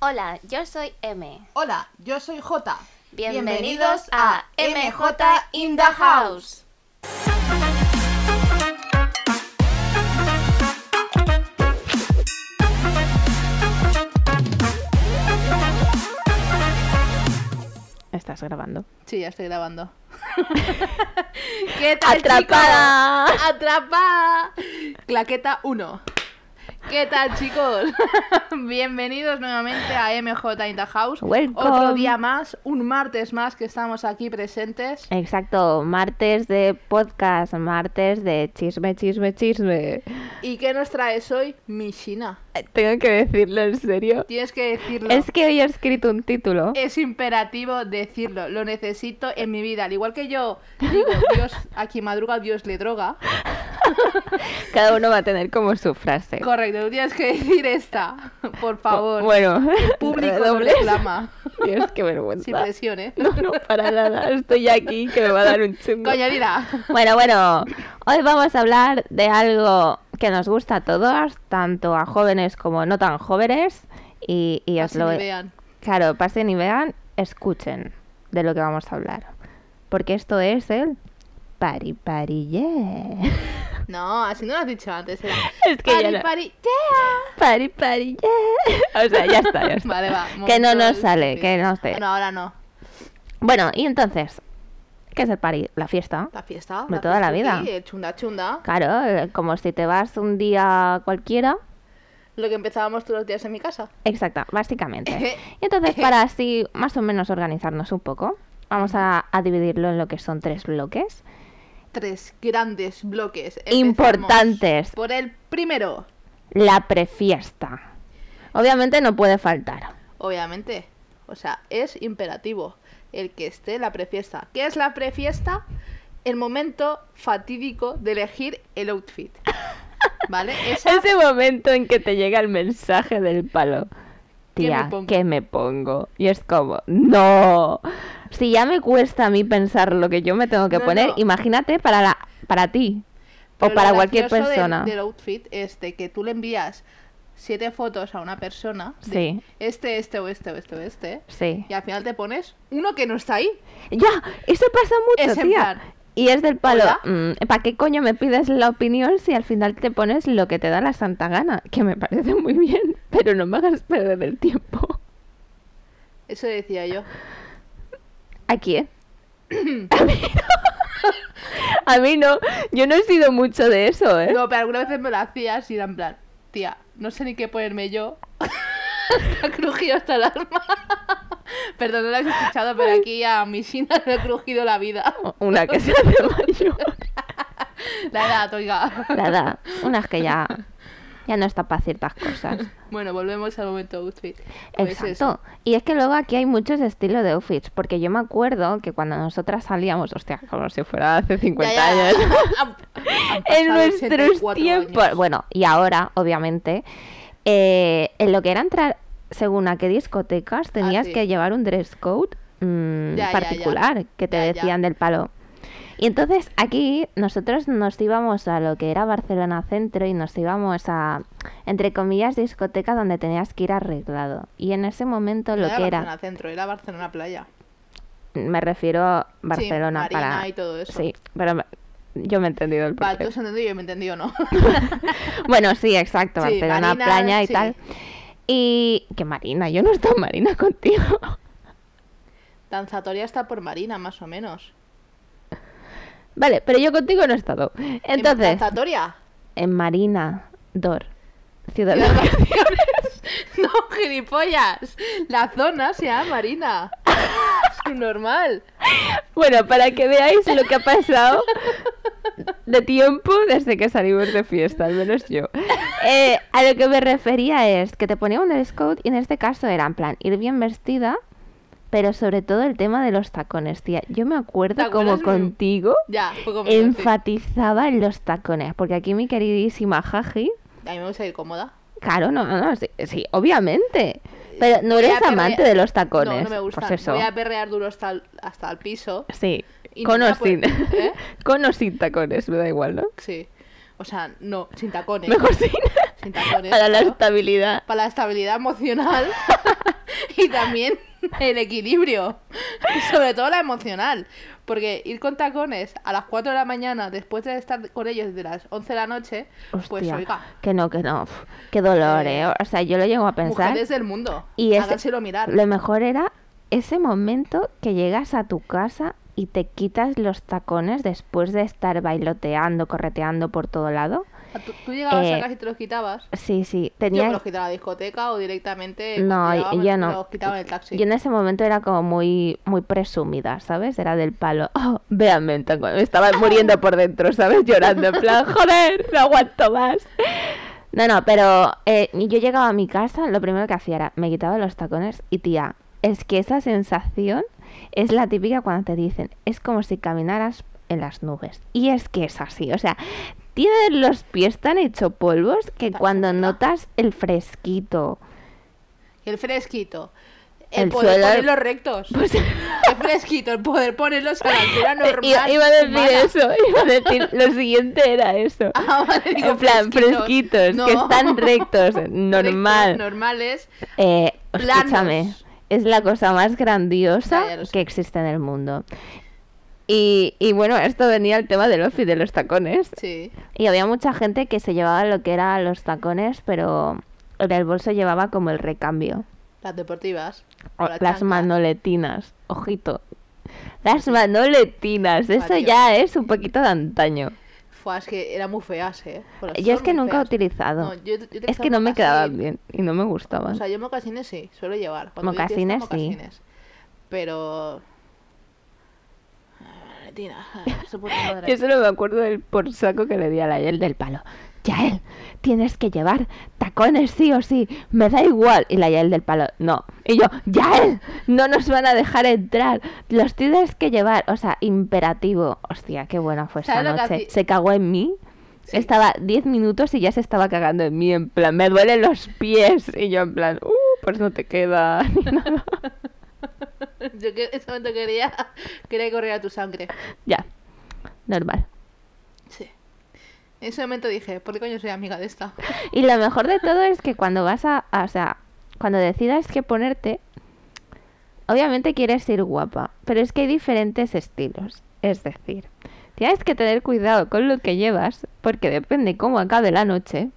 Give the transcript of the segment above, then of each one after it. Hola, yo soy M. Hola, yo soy J. Bienvenidos a MJ in the House. Estás grabando. Sí, ya estoy grabando. ¿Qué tal, ¡Atrapada! chicos? ¡Atrapada! Claqueta 1. ¿Qué tal, chicos? Bienvenidos nuevamente a MJ in the House. Welcome. Otro día más, un martes más que estamos aquí presentes. Exacto, martes de podcast, martes de chisme, chisme, chisme. ¿Y qué nos traes hoy, Mishina? Tengo que decirlo en serio. Tienes que decirlo. Es que hoy he escrito un título. Es imperativo decirlo, lo necesito en mi vida. Al igual que yo digo, Dios, a quien madruga, Dios le droga. Cada uno va a tener como su frase. Correcto, tú tienes que decir esta, por favor. Bueno, Público lo redobles. reclama. Dios, qué vergüenza. Sin presión, ¿eh? Pues No, no, para nada. Estoy aquí que me va a dar un chungo. Coño, mira. Bueno, bueno, hoy vamos a hablar de algo que nos gusta a todos, tanto a jóvenes como no tan jóvenes. Y, y os Así lo me vean. Claro, pasen y vean, escuchen de lo que vamos a hablar. Porque esto es el pari pari yeah. No, así no lo has dicho antes. Era... Es que ya pari, no- pari, yeah. Pari pari yeah. O sea, ya está, ya está. Vale, va. Que no nos momento eh, sale, difícil. que no sé. No, ahora no. Bueno, y entonces, ¿qué es el pari? La fiesta. La fiesta. De toda la fiesta, vida. Sí, chunda, chunda. Claro, eh, como si te vas un día cualquiera. Lo que empezábamos todos los días en mi casa. Exacta, básicamente. Y entonces, para así más o menos organizarnos un poco, vamos a, a dividirlo en lo que son tres bloques. Tres grandes bloques. Empezamos Importantes. Por el primero, La prefiesta. Obviamente no puede faltar. obviamente. O sea, es imperativo el que esté la prefiesta. ¿Qué es la prefiesta? El momento fatídico de elegir el outfit. ¿Vale? Esa- Ese momento en que te llega el mensaje del palo. ¿Qué me Tía, pongo? ¿qué me pongo? Y es como, no. Si ya me cuesta a mí pensar lo que yo me tengo que No, poner, no. imagínate para la para ti Pero lo o para cualquier gracioso del- persona. Del, outfit es de que tú le envías siete fotos a una persona. de Sí. Este, este o este o este o este. Sí. Y al final te pones uno que no está ahí. Ya, eso pasa mucho, Es en tía. plan, Y es del palo, "Hola". ¿para qué coño me pides la opinión si al final te pones lo que te da la santa gana? Que me parece muy bien, pero no me hagas perder el tiempo. Eso decía yo. ¿A quién? a mí no. A mí no. Yo no he sido mucho de eso, ¿eh? No, pero algunas veces me lo hacías y era en plan, tía, no sé ni qué ponerme yo. Me ha crujido hasta el alma. Perdón, no lo has escuchado, pero aquí a mi Shina le ha crujido la vida. Una que se hace mayor. La edad, oiga. La edad. Unas que ya, ya no está para ciertas cosas. Bueno, volvemos al momento outfit. Pues Exacto. eso. Y es que luego aquí hay muchos estilos de outfits, porque yo me acuerdo que cuando nosotras salíamos, hostia, como si fuera hace 50 Ya, ya. años, Han- han en pasado nuestros 84 tiempos, años. bueno, y ahora, obviamente, eh, en lo que era entrar, según a qué discotecas, tenías Ah, sí. que llevar un dress code mm, Ya, ya, ya. particular, que te Ya, ya. decían del palo. Y entonces aquí nosotros nos íbamos a lo que era Barcelona Centro y nos íbamos a, entre comillas, discoteca donde tenías que ir arreglado. Y en ese momento lo No era que era, Barcelona centro, era Barcelona playa. me refiero a Barcelona Marina para... y todo eso. Sí, pero me- yo me he entendido el Vale, porqué. tú has entendido y yo me he entendido, ¿no? Bueno, sí, exacto, Sí, Barcelona, Marina, playa y sí. tal. Y que Marina, yo no estoy en Marina contigo. Danzatoria está por Marina, más o menos. Vale, pero yo contigo no he estado. En Entonces, Danzatoria. en Marina, Dor, Ciudad Las de vacaciones. No, gilipollas. La zona se llama Marina. Es normal. Bueno, para que veáis lo que ha pasado de tiempo desde que salimos de fiesta, al menos yo. Eh, a lo que me refería es que te ponía un dress code y en este caso era en plan ir bien vestida, pero sobre todo el tema de los tacones, tía. Yo me acuerdo como acuerdas de- contigo Ya, poco menos. sí. enfatizaba en los tacones, porque aquí mi queridísima Jaji, A mí me gusta ir cómoda. claro, no, no, no, sí, sí, obviamente. Pero no Voy a eres perre- amante de los tacones. No, no me gusta. Pues eso. Voy a perrear duro hasta el, hasta el piso. Sí, Y con no o voy a sin. poder- ¿Eh? Con o sin tacones, me da igual, ¿no? Sí. O sea, no, sin tacones. Mejor sin. sin tacones, Para la claro. estabilidad. para la estabilidad emocional y también el equilibrio, y sobre todo la emocional, porque ir con tacones a las 4 de la mañana después de estar con ellos desde las 11 de la noche, pues Hostia, oiga, que no, que no. Uf, Qué dolor, Eh, ¿eh? O sea, yo lo llego a pensar. mujeres del mundo, Y ese- háganselo mirar. Lo mejor era ese momento que llegas a tu casa y te quitas los tacones después de estar bailoteando, correteando por todo lado. ¿Tú, tú llegabas eh, a casa y te los quitabas? Sí, sí, Yo tenía... me los quitaba a la discoteca o directamente... No, cuando llegaba, me yo no. los quitaba en el taxi. Yo en ese momento era como muy, muy presumida, ¿sabes? Era del palo, oh, véanme en tacones". Me estaba muriendo por dentro, ¿sabes? Llorando, en plan, joder, no aguanto más. No, no, pero eh, yo llegaba a mi casa, lo primero que hacía era, me quitaba los tacones y tía, es que esa sensación es la típica cuando te dicen, es como si caminaras en las nubes. Y es que es así, o sea, tienes los pies tan hecho polvos que Ta- cuando ¿verdad? notas el fresquito... El fresquito. El, El poder suelo- ponerlos rectos. Pues- El fresquito, el poder ponerlos a la altura normal. Eh, Iba, iba a decir humana. eso, iba a decir, lo siguiente era eso. Ah, vale, digo, en plan, fresquitos, No. que están rectos, eh, normal. Rectos, normales. Eh, Planos. escúchame, es la cosa más grandiosa Ya, ya lo sé. que existe en el mundo. Y, y bueno, esto venía el tema del outfit de los tacones. Sí. Y había mucha gente que se llevaba lo que eran los tacones, pero en el bolso llevaba como el recambio. Las deportivas. O o las chancla. manoletinas, ojito. Las manoletinas, eso Adiós. ya es un poquito de antaño. Fua, es que eran muy feas, ¿eh? Bueno, Yo es son que muy nunca he feas. utilizado. No, yo- yo te es estaba que no me mocasín. quedaban bien y no me gustaban. O sea, yo mocasines sí, suelo llevar. Cuando voy de fiesta, Mocasines sí. mocasines. Pero... Ah, Tina, su puta madre. yo solo me acuerdo del por saco que le di a la Yael del palo. Yael, tienes que llevar tacones sí o sí, me da igual. Y la Yael del palo, no. Y yo, Yael, no nos van a dejar entrar, los tienes que llevar. O sea, imperativo. Hostia, qué buena fue esa ¿Sabes lo que noche. hacía? Se cagó en mí. Sí. Estaba 10 minutos y ya se estaba cagando en mí, en plan, me duelen los pies. Y yo, en plan, "Uh, pues no te queda ni nada. Yo que en ese momento quería, quería correr a tu sangre. Ya, normal. Sí. En ese momento dije, ¿por qué coño soy amiga de esta? Y lo mejor de todo es que cuando vas a, a- o sea, cuando decidas qué ponerte, obviamente quieres ir guapa, pero es que hay diferentes estilos. Es decir, tienes que tener cuidado con lo que llevas, porque depende cómo acabe la noche,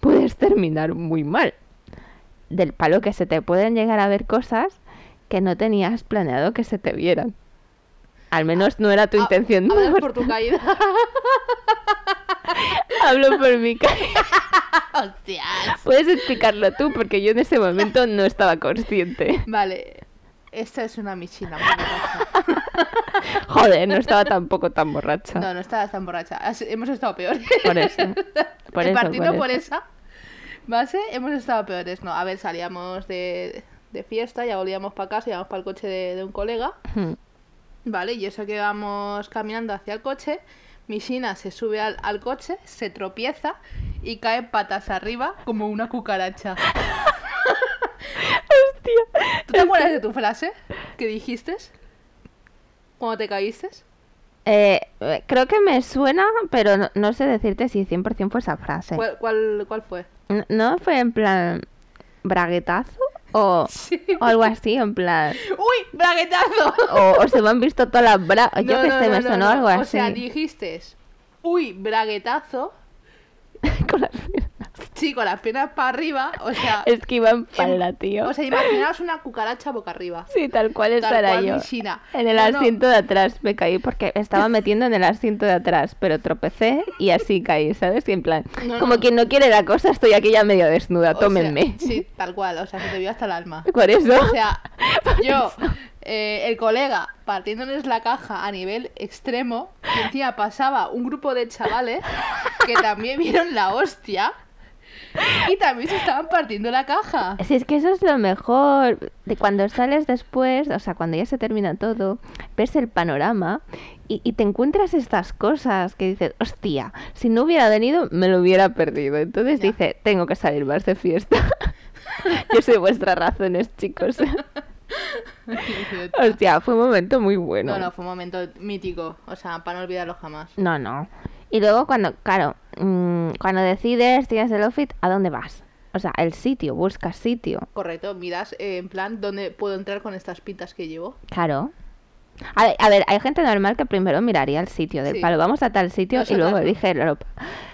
puedes terminar muy mal. Del palo que se te pueden llegar a ver cosas que no tenías planeado que se te vieran. Al menos no era tu Ha- intención. no hablas Ah, por tu caída. Hablo por mi cara. ¡Hostias! Puedes explicarlo tú, porque yo en ese momento no estaba consciente. Vale. Esta es una michina. muy borracha. Joder, no estaba tampoco tan borracha. No, no estabas tan borracha. Has- Hemos estado peores. Por eso. Por Y eso, Partiendo por por esa base, hemos estado peores. No, a ver, salíamos de, de fiesta, ya volvíamos para casa, íbamos para el coche de, de un colega. Hmm. Vale, y eso que vamos caminando hacia el coche, Mishina se sube al, al coche, se tropieza y cae patas arriba como una cucaracha. Hostia. ¿Tú te acuerdas de tu frase que dijiste cuando te caíste? Eh, eh, creo que me suena, pero no, no sé decirte si 100% fue esa frase. ¿Cuál, cuál, cuál fue? N- ¿No fue en plan braguetazo? O, Sí. o algo así, en plan... ¡Uy! ¡Braguetazo! O, o se me han visto todas las bra... Yo No, que no, sé, no, me no, sonó no. algo así. O sea, dijiste, uy, braguetazo, Con las piernas. sí, con las piernas para arriba, o sea, Es que iba en falda, tío. Ah. o sea, imaginaos una cucaracha boca arriba. Sí, tal cual Tal estará cual yo. Mishina. En el No, no. asiento de atrás me caí porque estaba metiendo en el asiento de atrás, pero tropecé y así caí, ¿sabes? Y en plan, No, como no. quien no quiere la cosa, estoy aquí ya medio desnuda, O sea, tómenme. sí, tal cual, o sea, se te vio hasta el alma. Por eso. O sea, yo, eh, el colega, partiéndoles la caja a nivel extremo, y encima pasaba un grupo de chavales que también vieron la hostia y también se estaban partiendo la caja. Si es que eso es lo mejor, de cuando sales después, o sea, cuando ya se termina todo, ves el panorama y, y te encuentras estas cosas que dices, hostia, si no hubiera venido me lo hubiera perdido. Entonces Ya. dice, tengo que salir más de fiesta. Yo soy vuestras razones, chicos. Hostia, fue un momento muy bueno. No, no, fue un momento mítico, o sea, para no olvidarlo jamás. No, no. Y luego cuando, claro, mm, cuando decides, tienes el outfit, ¿a dónde vas? O sea, el sitio, buscas sitio. Correcto, miras eh, en plan dónde puedo entrar con estas pintas que llevo. Claro. A ver, a ver, hay gente normal que primero miraría el sitio del Sí. palo. Vamos a tal sitio y Nosotras luego no. elige la ropa.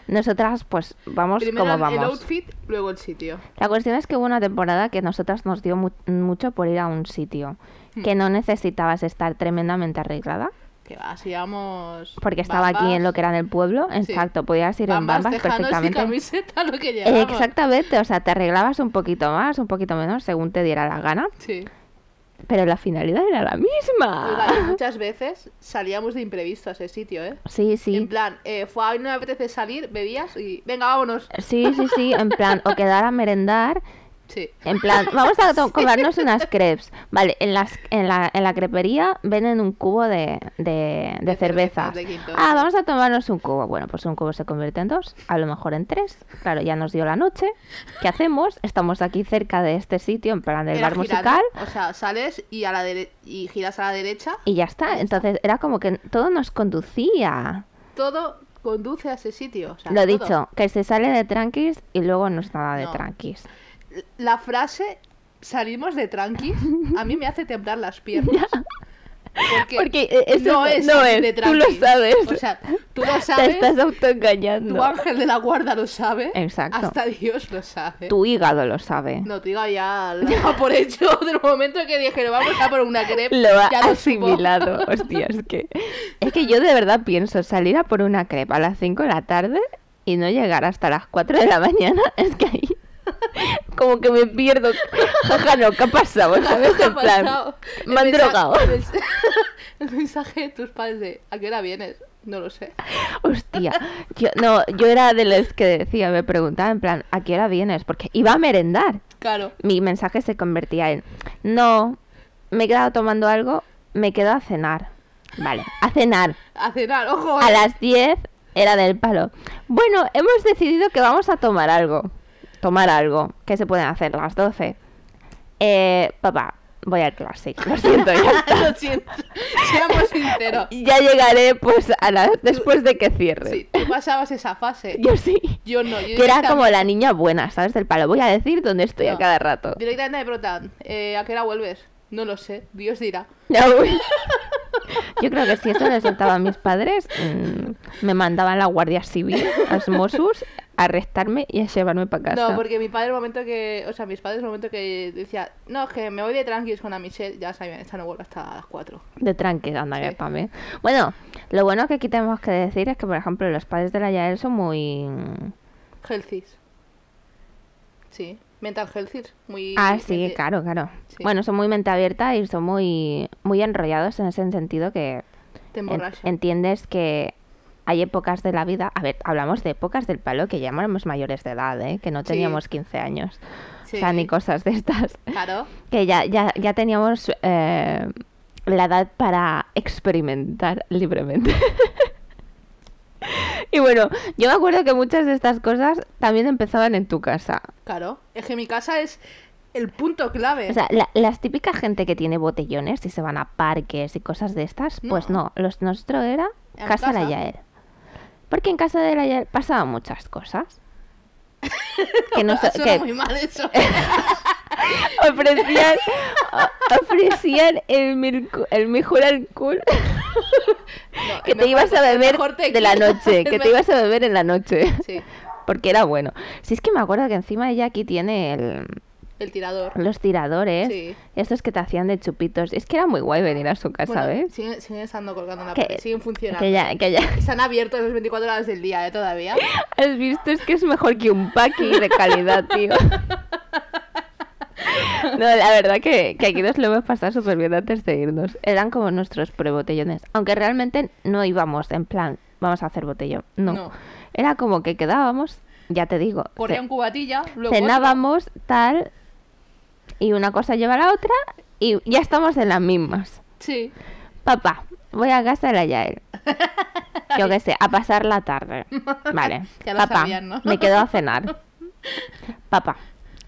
Nosotras, pues, vamos Primero como el vamos. outfit, luego el sitio. La cuestión es que hubo una temporada que nosotras nos dio mu- mucho por ir a un sitio Hmm. que no necesitabas estar tremendamente arreglada, Que va, si llevamos porque estaba aquí en lo que era en el pueblo. Sí. Exacto, podías ir Bambas, en bambas tejanos perfectamente. y camiseta, lo que Eh, llevamos. Exactamente, o sea, te arreglabas un poquito más, un poquito menos, según te diera la gana, Sí. pero la finalidad era la Oiga, y misma. muchas veces salíamos de imprevisto a ese sitio, ¿eh? Sí, sí. En plan, eh, fue hoy no me apetece salir, bebías y venga, vámonos. Sí, sí, sí, en plan, o quedar a merendar, Sí. en plan, vamos a to- comernos unas crepes. Vale, en, las, en, la, en la crepería venden un cubo de, de, de De cerveza. cervezas de quinto, ah, sí. vamos a tomarnos un cubo. Bueno, pues un cubo se convierte en dos, a lo mejor en tres. Claro, ya nos dio la noche. ¿Qué hacemos? Estamos aquí cerca de este sitio, en plan del Era bar girando, musical. O sea, sales y, a la dere- y giras a la derecha. Y ya está. Entonces era como que todo nos conducía. Todo conduce a ese sitio. o sea, Lo todo. dicho, que se sale de tranquis y luego no es nada de No. tranquis. La frase salimos de tranquis a mí me hace temblar las piernas. Porque, Porque, eh, eso no no- es, no salir es, de tú lo tranquis. sabes. O sea, tú lo Te sabes. estás autoengañando. Tu ángel de la guarda lo sabe. Exacto. Hasta Dios lo sabe. Tu hígado lo sabe. No, te digo ya, lo daba por hecho del momento que dije, no vamos a por una crepe. Lo ha eh, ya lo supo. asimilado. Hostia, es que. Es que yo de verdad pienso salir a por una crepa a las 5 de la tarde y no llegar hasta las 4 de la mañana. Es que ahí. Como que me pierdo. Jaja, no, ¿qué ha pasado? ¿Sabes? ¿Qué ha En plan, pasado? Me han El mensa- drogado. El, mens- el mensaje de tus padres de ¿a qué hora vienes? No lo sé. Hostia, yo, no, yo era de los que decía, me preguntaba en plan, ¿a qué hora vienes? Porque iba a merendar. Claro. Mi mensaje se convertía en, no, me he quedado tomando algo, me quedo a cenar. Vale, a cenar. A cenar, ojo. eh. A las 10 era del palo. Bueno, hemos decidido que vamos a tomar algo. Tomar algo. ¿Qué se pueden hacer? Las 12. Eh, papá, voy al Classic. Lo siento, ya está. Lo siento. Seamos sinceros. Ya llegaré pues a las después de que cierre. Sí, tú pasabas esa fase. Yo sí. Yo no. Yo Que era como directamente- la niña buena, ¿sabes? Del palo. Voy a decir dónde estoy a No. cada rato. Directamente me preguntan, eh, ¿a qué hora vuelves? No lo sé, Dios dirá. Ya voy. Yo creo que si eso les soltaba a mis padres, mm, me mandaban la Guardia Civil, a Mossos, a arrestarme y a llevarme para casa. No, porque mi padre, el momento que. O sea, mis padres, el momento que decía, no, es que me voy de tranquilos con la Michelle, ya sabían, esta no vuelve hasta las 4. De tranque, anda, que Sí. pa' mí. Bueno, lo bueno que aquí tenemos que decir es que, por ejemplo, los padres de la Yael son muy... Healthies. Sí, mental healthies. Muy. Ah, sí, menti- claro, claro. eh, Sí. Bueno, son muy mente abierta y son muy, muy enrollados en ese sentido que Te en- emborracha. entiendes que hay épocas de la vida... A ver, hablamos de épocas del palo que ya éramos mayores de edad, ¿eh? Que no Sí. teníamos 15 años. Sí. O sea, ni cosas de estas. Claro. Que ya, ya, ya teníamos eh, la edad para experimentar libremente. y bueno, yo me acuerdo que muchas de estas cosas también empezaban en tu casa. Claro, es que mi casa es el punto clave. O sea, la- las típicas gente que tiene botellones y se van a parques y cosas de estas, pues no, No. los nuestro era En casa de la casa. Yael. Porque en casa de la Yael pasaban muchas cosas. que no so- Suena que- muy mal eso. ofrecían, o- ofrecían el, milcu- el mejor alcohol No, que el te mejor- ibas a el beber mejor de la tequila. noche, El que te me- ibas a beber en la noche, Sí, porque era bueno. Si es que me acuerdo que encima ella aquí tiene el- el tirador. los tiradores, Sí. estos que te hacían de chupitos. Es que era muy guay venir a su casa, Bueno, ¿ves? Siguen, siguen estando colgando en la Que- pared, siguen funcionando. Que ya, que ya. Están abiertos las 24 horas del día, ¿eh? Todavía. Has visto, es que es mejor que un paqui de calidad, tío. No, la verdad que, que aquí nos lo hemos pasado súper bien antes de irnos. Eran como nuestros prebotellones. Aunque realmente no íbamos en plan, vamos a hacer botellón. No. No. Era como que quedábamos, ya te digo, Corría ce- un cubatilla, luego otro. cenábamos tal y una cosa lleva a la otra y ya estamos en las mismas. Sí. Papá, voy a casa de la Yael. Yo qué sé, a pasar la tarde. Vale. Ya lo Papá, sabían, ¿no? me quedo a cenar. Papá,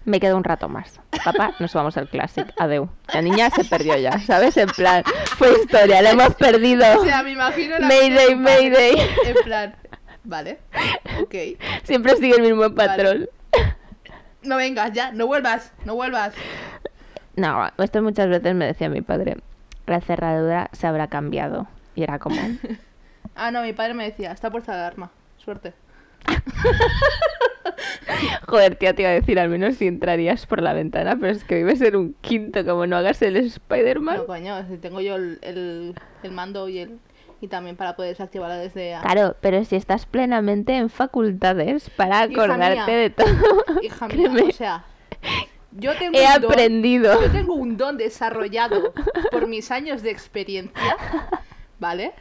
me quedo un rato más. Papá, nos vamos al Classic. Adeu. La niña se perdió ya, ¿sabes? En plan, fue historia, la hemos perdido. O sea, me imagino la Mayday, cara de tu padre, mayday. En plan, Vale. Ok. Siempre sigue el mismo patrón. No vengas ya, no vuelvas, no vuelvas. No, esto muchas veces me decía mi padre. La cerradura se habrá cambiado. Y era como... Ah, no, mi padre me decía, está puesta de alarma. Suerte. Joder, tía, te iba a decir, al menos si entrarías por la ventana, pero es que vives en un quinto, como no hagas el Spider-Man. No, coño, si tengo yo el, el- el mando y el y también para poder desactivarla desde a- Claro, pero si estás plenamente en facultades para Hija acordarte mía. de todo. hija mía, pues. Créeme, o sea, yo tengo he un don- aprendido. yo tengo un don desarrollado por mis años de experiencia, ¿vale?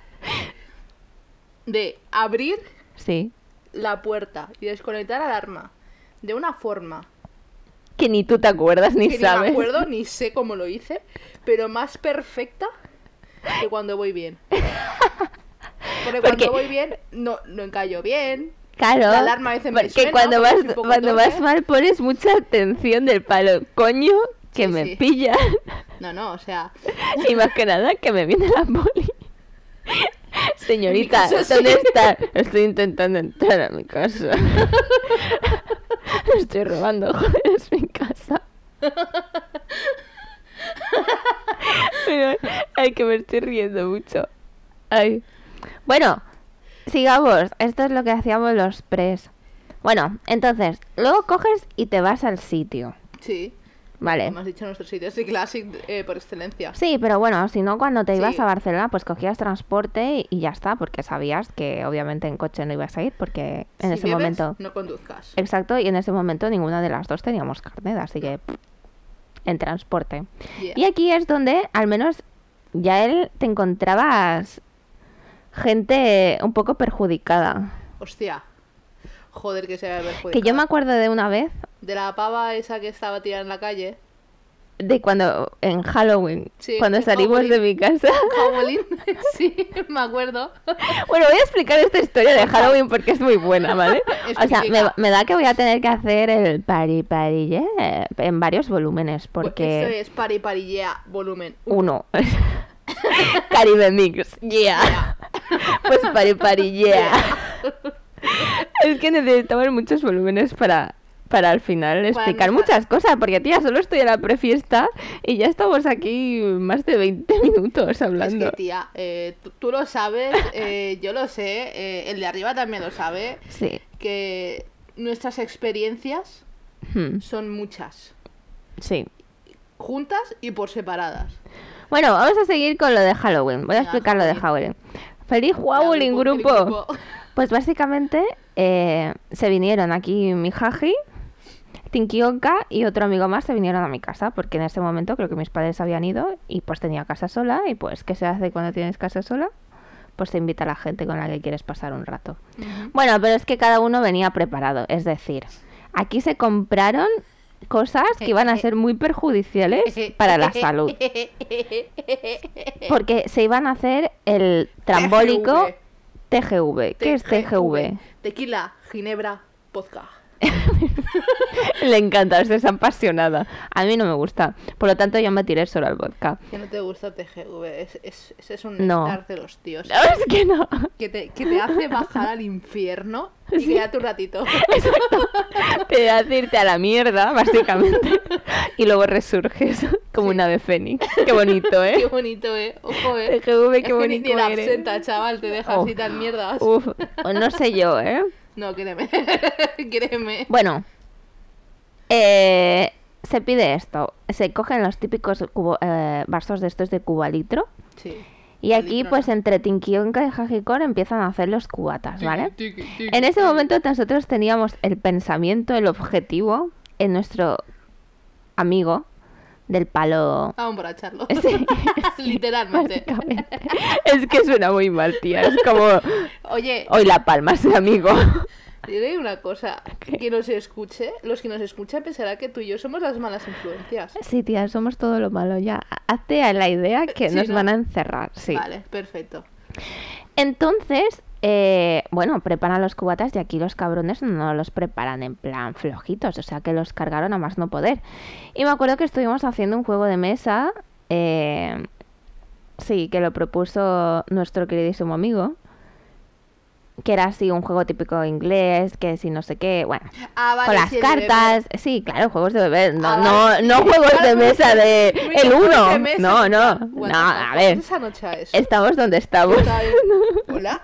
De abrir Sí. la puerta y desconectar alarma de una forma Que ni tú te acuerdas ni que ni sabes. me acuerdo ni sé cómo lo hice, pero más perfecta que cuando voy bien. Porque cuando Porque- voy bien, no, no encallo bien. Claro. La alarma a veces me porque suena, cuando porque vas, soy un poco cuando vas torpe. mal pones mucha atención del palo. Coño, que Sí, me sí. pillan. No, no, o sea, Y más que nada, que me viene la poli. Señorita, En mi casa, ¿dónde sí. está? Estoy intentando entrar a mi casa. Estoy robando, joder, es mi casa. Pero hay que me estoy riendo mucho. Ay. Bueno, sigamos. Esto es lo que hacíamos los pres. Bueno, entonces, luego coges y te vas al sitio. sí. Vale. Como has dicho, nuestro sitio es el classic eh, por excelencia. Sí, pero bueno, si no, cuando te Sí. ibas a Barcelona, pues cogías transporte y, y ya está, porque sabías que obviamente en coche no ibas a ir, porque en Si ese bebes, momento. No conduzcas. Exacto, y en ese momento ninguna de las dos teníamos carnet, así que. pff, en transporte. Yeah. Y aquí es donde, al menos, ya él te encontrabas gente un poco perjudicada. Hostia. Joder, que se había Que yo me acuerdo de una vez, De la pava esa que estaba tirada en la calle. de cuando en Halloween, Sí, cuando en salimos de Halloween. mi casa. Jabolín. sí, me acuerdo. Bueno, voy a explicar esta historia de Halloween porque es muy buena, ¿vale? O sea, me, Explica. me da que voy a tener que hacer el pari pari yeah, en varios volúmenes Pues Esto porque es Pari Pari Yeah, volumen. uno. Caribe Mix, yeah. Pues pari pari yeah. Es que necesitamos muchos volúmenes para para al final explicar nuestra- muchas cosas, porque tía, solo estoy en la prefiesta y ya estamos aquí más de 20 minutos hablando. Es que, tía, eh, tú, tú lo sabes, eh, yo lo sé, eh, el de arriba también lo sabe, Sí. que nuestras experiencias Hmm, son muchas, Sí. juntas y por separadas. Bueno, vamos a seguir con lo de Halloween. Voy a Venga, explicar lo de Halloween. Feliz Halloween, Hola, grupo. feliz Pues básicamente eh, se vinieron aquí mi jaji, Tinkionka y otro amigo más se vinieron a mi casa, porque en ese momento creo que mis padres habían ido y pues tenía casa sola. Y pues, ¿qué se hace cuando tienes casa sola? Pues se invita a la gente con la que quieres pasar un rato. Ujú. Bueno, pero es que cada uno venía preparado. Es decir, aquí se compraron cosas que iban a ser muy perjudiciales para la salud porque se iban a hacer el trambólico TGV. ¿Qué es TGV? Tequila, ginebra, vodka. Le encanta, es desapasionada. A mí no me gusta. Por lo tanto, yo me tiré solo al vodka. Que no te gusta TGV, es, es, ese es un No. néctar de los tíos. No, es que no. Que te, que te hace bajar al infierno y quedarte un ratito. Te hace irte a la mierda, básicamente. Y luego resurges como una de fénix. Qué bonito, Qué ¿eh? bonito, eh. Ojo, eh. TGV, qué Es que ni- bonito. Ni la eres. absenta, chaval, te deja Oh. así tan mierdas. Uf, no sé yo, ¿eh? No, créeme. créeme. Bueno, eh, se pide esto. Se cogen los típicos cubo- eh, vasos de estos de cuba litro. Sí. Y aquí, Litro, pues no. entre Tinkionka y Hajikor empiezan a hacer los cubatas, ¿vale? Tiki, tiki, tiki. En ese momento nosotros teníamos el pensamiento, el objetivo en nuestro amigo del palo. Ah, emborracharlo. Sí, Literalmente. básicamente. Es que suena muy mal, tía. Es como, Oye, hoy la palma ese amigo. yo digo una cosa. ¿Qué? Que nos escuche, los que nos escuchan pensarán que tú y yo somos las malas influencias. Pues Sí, tía, somos todo lo malo ya. Hazte a la idea que Sí, nos ¿no? van a encerrar, sí. Vale, perfecto. Entonces, eh, bueno, preparan los cubatas y aquí los cabrones no los preparan en plan flojitos, o sea que los cargaron a más no poder. Y me acuerdo que estuvimos haciendo un juego de mesa, eh, sí, que lo propuso nuestro queridísimo amigo, que era así un juego típico inglés, que si no sé qué, bueno. Ah, vale, con las sí, el de cartas, sí, claro, juegos de beber, no, Ah, no, vale. no juegos de Claro, mesa de Muy el bien, uno, de mesa. no, no, What the no, fuck, a ver, Esa noche a eso. estamos donde estamos. Está bien. Hola.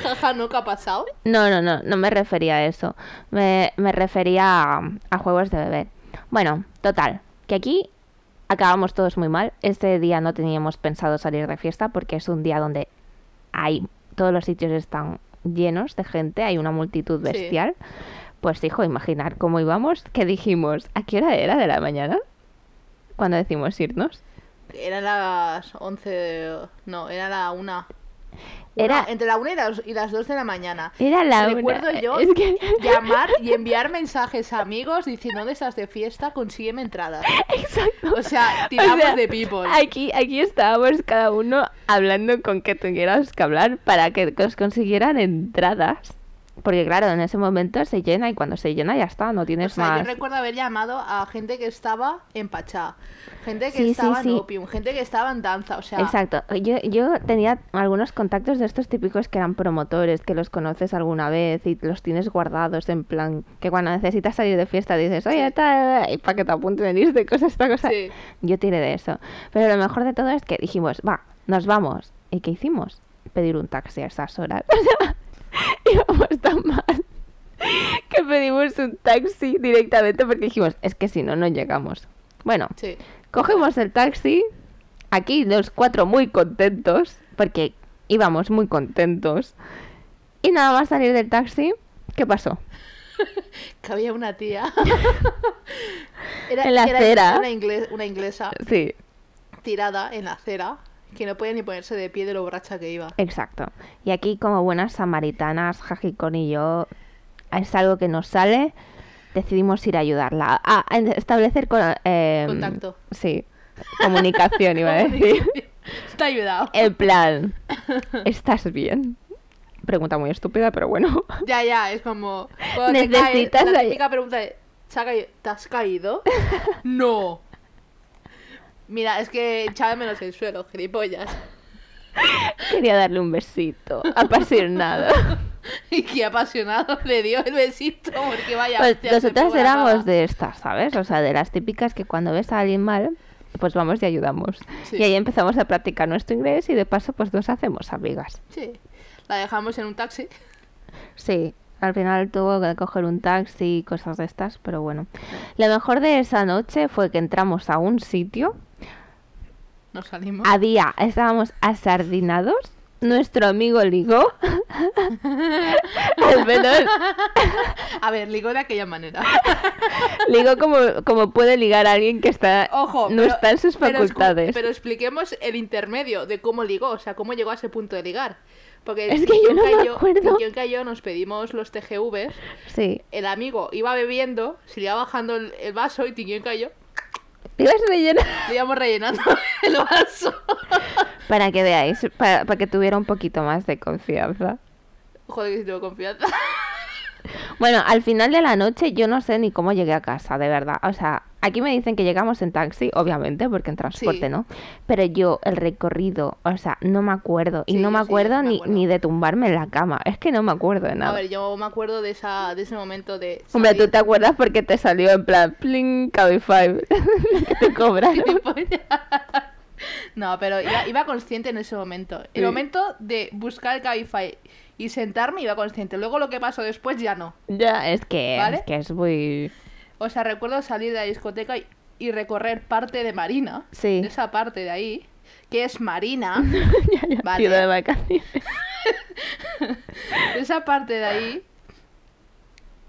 Jaja, ¿no? ¿Qué ha pasado? No, no, no, no me refería a eso. Me, me refería a, a juegos de beber. Bueno, total, que aquí acabamos todos muy mal. Este día no teníamos pensado salir de fiesta porque es un día donde hay todos los sitios están llenos de gente, hay una multitud Sí. bestial. Pues hijo, imaginar cómo íbamos, que dijimos, ¿a qué hora era de la mañana? Cuando decimos irnos. Eran las 11. de- No, era la 1. Era- entre la 1 y las, y las 2 de la mañana. Era la una. Recuerdo yo Es que- llamar y enviar mensajes a amigos diciendo: ¿Dónde estás de fiesta? Consígueme entradas. Exacto. O sea, O tiramos sea, de people. Aquí, aquí estábamos cada uno hablando con que tuvieras que hablar para que os consiguieran entradas. Porque claro, en ese momento se llena y cuando se llena ya está, no O tienes sea, más. yo recuerdo haber llamado a gente que estaba en Pachá, gente que Sí, sí, estaba sí. en Opium, gente que estaba en danza, o sea, Exacto. Yo, yo tenía algunos contactos de estos típicos que eran promotores, que los conoces alguna vez y los tienes guardados en plan que cuando necesitas salir de fiesta dices, oye, Sí. tal, y para que te apunten y de cosas, esta cosa. Sí. Yo tiré de eso. Pero lo mejor de todo es que dijimos, va, nos vamos. ¿Y qué hicimos? Pedir un taxi a esas horas. O sea, íbamos tan mal que pedimos un taxi directamente porque dijimos, es que si no, no llegamos. Bueno, sí. Cogemos el taxi. Aquí los cuatro muy contentos. Porque íbamos muy contentos. Y nada más salir del taxi. ¿Qué pasó? Que había una tía. En la acera. Una, ingle- una inglesa Sí, tirada en la acera que no podía ni ponerse de pie de lo borracha que iba. exacto. Y aquí, como buenas samaritanas, Jajicón y yo, es algo que nos sale. Decidimos ir a ayudarla. A, a establecer co- em, Contacto. Sí, comunicación, iba a decir. Te ha ayudado. En plan, ¿estás bien? Pregunta muy estúpida, pero bueno. Ya, ya, es como. cuando te Necesitas caes, la ay- típica pregunta de, "¿Se ha caído- ¿Te has caído? no. Mira, es que echaba menos el suelo, gilipollas. Quería darle un besito, apasionado. Y qué apasionado le dio el besito, porque vaya. Pues hostia, este se nosotras pegó la éramos paga. de estas, ¿sabes? O sea, de las típicas que cuando ves a alguien mal, pues vamos y ayudamos. Sí. Y ahí empezamos a practicar nuestro inglés y de paso pues nos hacemos amigas. Sí. La dejamos en un taxi. Sí, al final tuvo que coger un taxi y cosas de estas, pero bueno. Lo mejor de esa noche fue que entramos a un sitio, Nos salimos. había, estábamos asardinados, nuestro amigo ligó, al menos A ver, ligó de aquella manera. Ligo como, como puede ligar a alguien que está Ojo. no pero- está en sus pero escu- facultades. Pero, expliquemos el intermedio de cómo ligó, o sea, cómo llegó a ese punto de ligar. Porque Es que yo no Yonka y me acuerdo. Yonka y yo nos pedimos los TGVs. Sí. El amigo iba bebiendo, se le iba bajando el, el vaso y Yonka y yo Ibas rellenar- le íbamos rellenando el vaso. Para que veáis, para, para que tuviera un poquito más de confianza. Joder, que si tengo confianza. Bueno, al final de la noche yo no sé ni cómo llegué a casa, de verdad. O sea, aquí me dicen que llegamos en taxi, obviamente, porque en transporte Sí. no. Pero yo el recorrido, o sea, no me acuerdo. Y Sí, no me yo sí, acuerdo, me ni, acuerdo. ni de tumbarme en la cama. Es que no me acuerdo de A nada. ver, yo me acuerdo de, esa, de ese momento de. Hombre, tú salir. te acuerdas porque te salió en plan, pling, cabify. que te cobraron. Pues, No, pero iba, iba consciente en ese momento. El Sí. momento de buscar el Cabify y sentarme iba consciente. Luego lo que pasó después ya no. Ya, es que, ¿Vale? es que es muy... O sea, recuerdo salir de la discoteca y, y recorrer parte de Marina. Sí. de esa parte de ahí. Que es Marina. ya, ya, Vale. ciudad de vacaciones. de esa parte de ahí.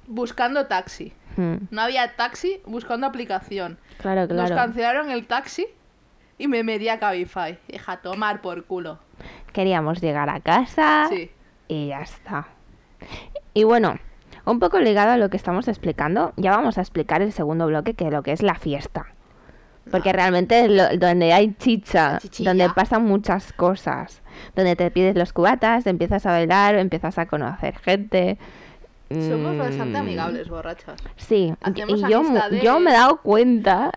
Buscando taxi. Mm, No había taxi, buscando aplicación. Ah, Claro, Nos claro. cancelaron el taxi y me metí a Cabify. Deja tomar por culo. Queríamos llegar a casa Sí. y ya está. Y bueno, un poco ligado a lo que estamos explicando, ya vamos a explicar el segundo bloque, que lo que es la fiesta. Porque realmente es lo- donde hay chicha, chichilla. donde pasan muchas cosas, donde te pides los cubatas, empiezas a bailar, empiezas a conocer gente. Somos Mm, bastante amigables, borrachas. Sí, y- Hacemos y yo, mu- amistades. yo me he dado cuenta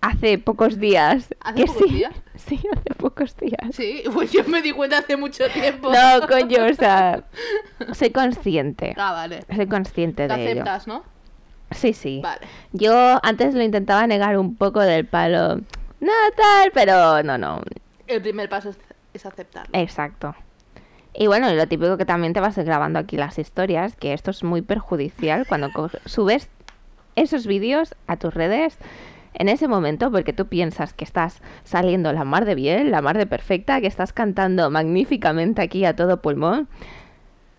hace pocos días. ¿Hace que pocos sí, días? Sí, hace pocos días. Sí, pues yo me di cuenta hace mucho tiempo. No, coño, o sea, soy consciente. Ah, vale. Soy consciente Te de ello. aceptas, ¿no? Sí, sí. Vale. Yo antes lo intentaba negar un poco del palo. No, tal, pero no, no. El primer paso es- es aceptarlo. Eh, Exacto. Y bueno, y lo típico que también te vas grabando aquí las historias, que esto es muy perjudicial cuando co- subes esos vídeos a tus redes en ese momento, porque tú piensas que estás saliendo la mar de bien, la mar de perfecta, que estás cantando magníficamente aquí a todo pulmón,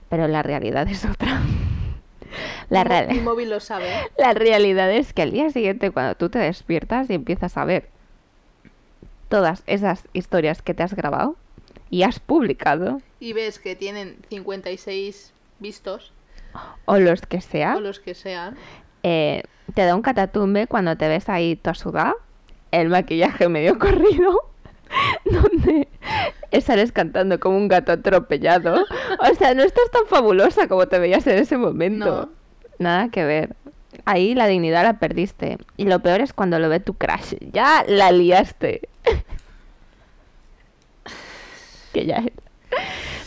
pero la realidad es otra. La, Mi mo- real- Mi móvil lo sabe. ¿eh? la realidad es que al día siguiente, cuando tú te despiertas y empiezas a ver todas esas historias que te has grabado y has publicado, Y ves que tienen 56 vistos, o los que sea, o los que sean. eh, te da un catatumbe cuando te ves ahí toda sudada, el maquillaje medio corrido, donde sales cantando como un gato atropellado. O sea, no estás tan fabulosa como te veías en ese momento. Nada que ver. Ahí la dignidad la perdiste. Y lo peor es cuando lo ve tu crush. Ya la liaste. que ya era.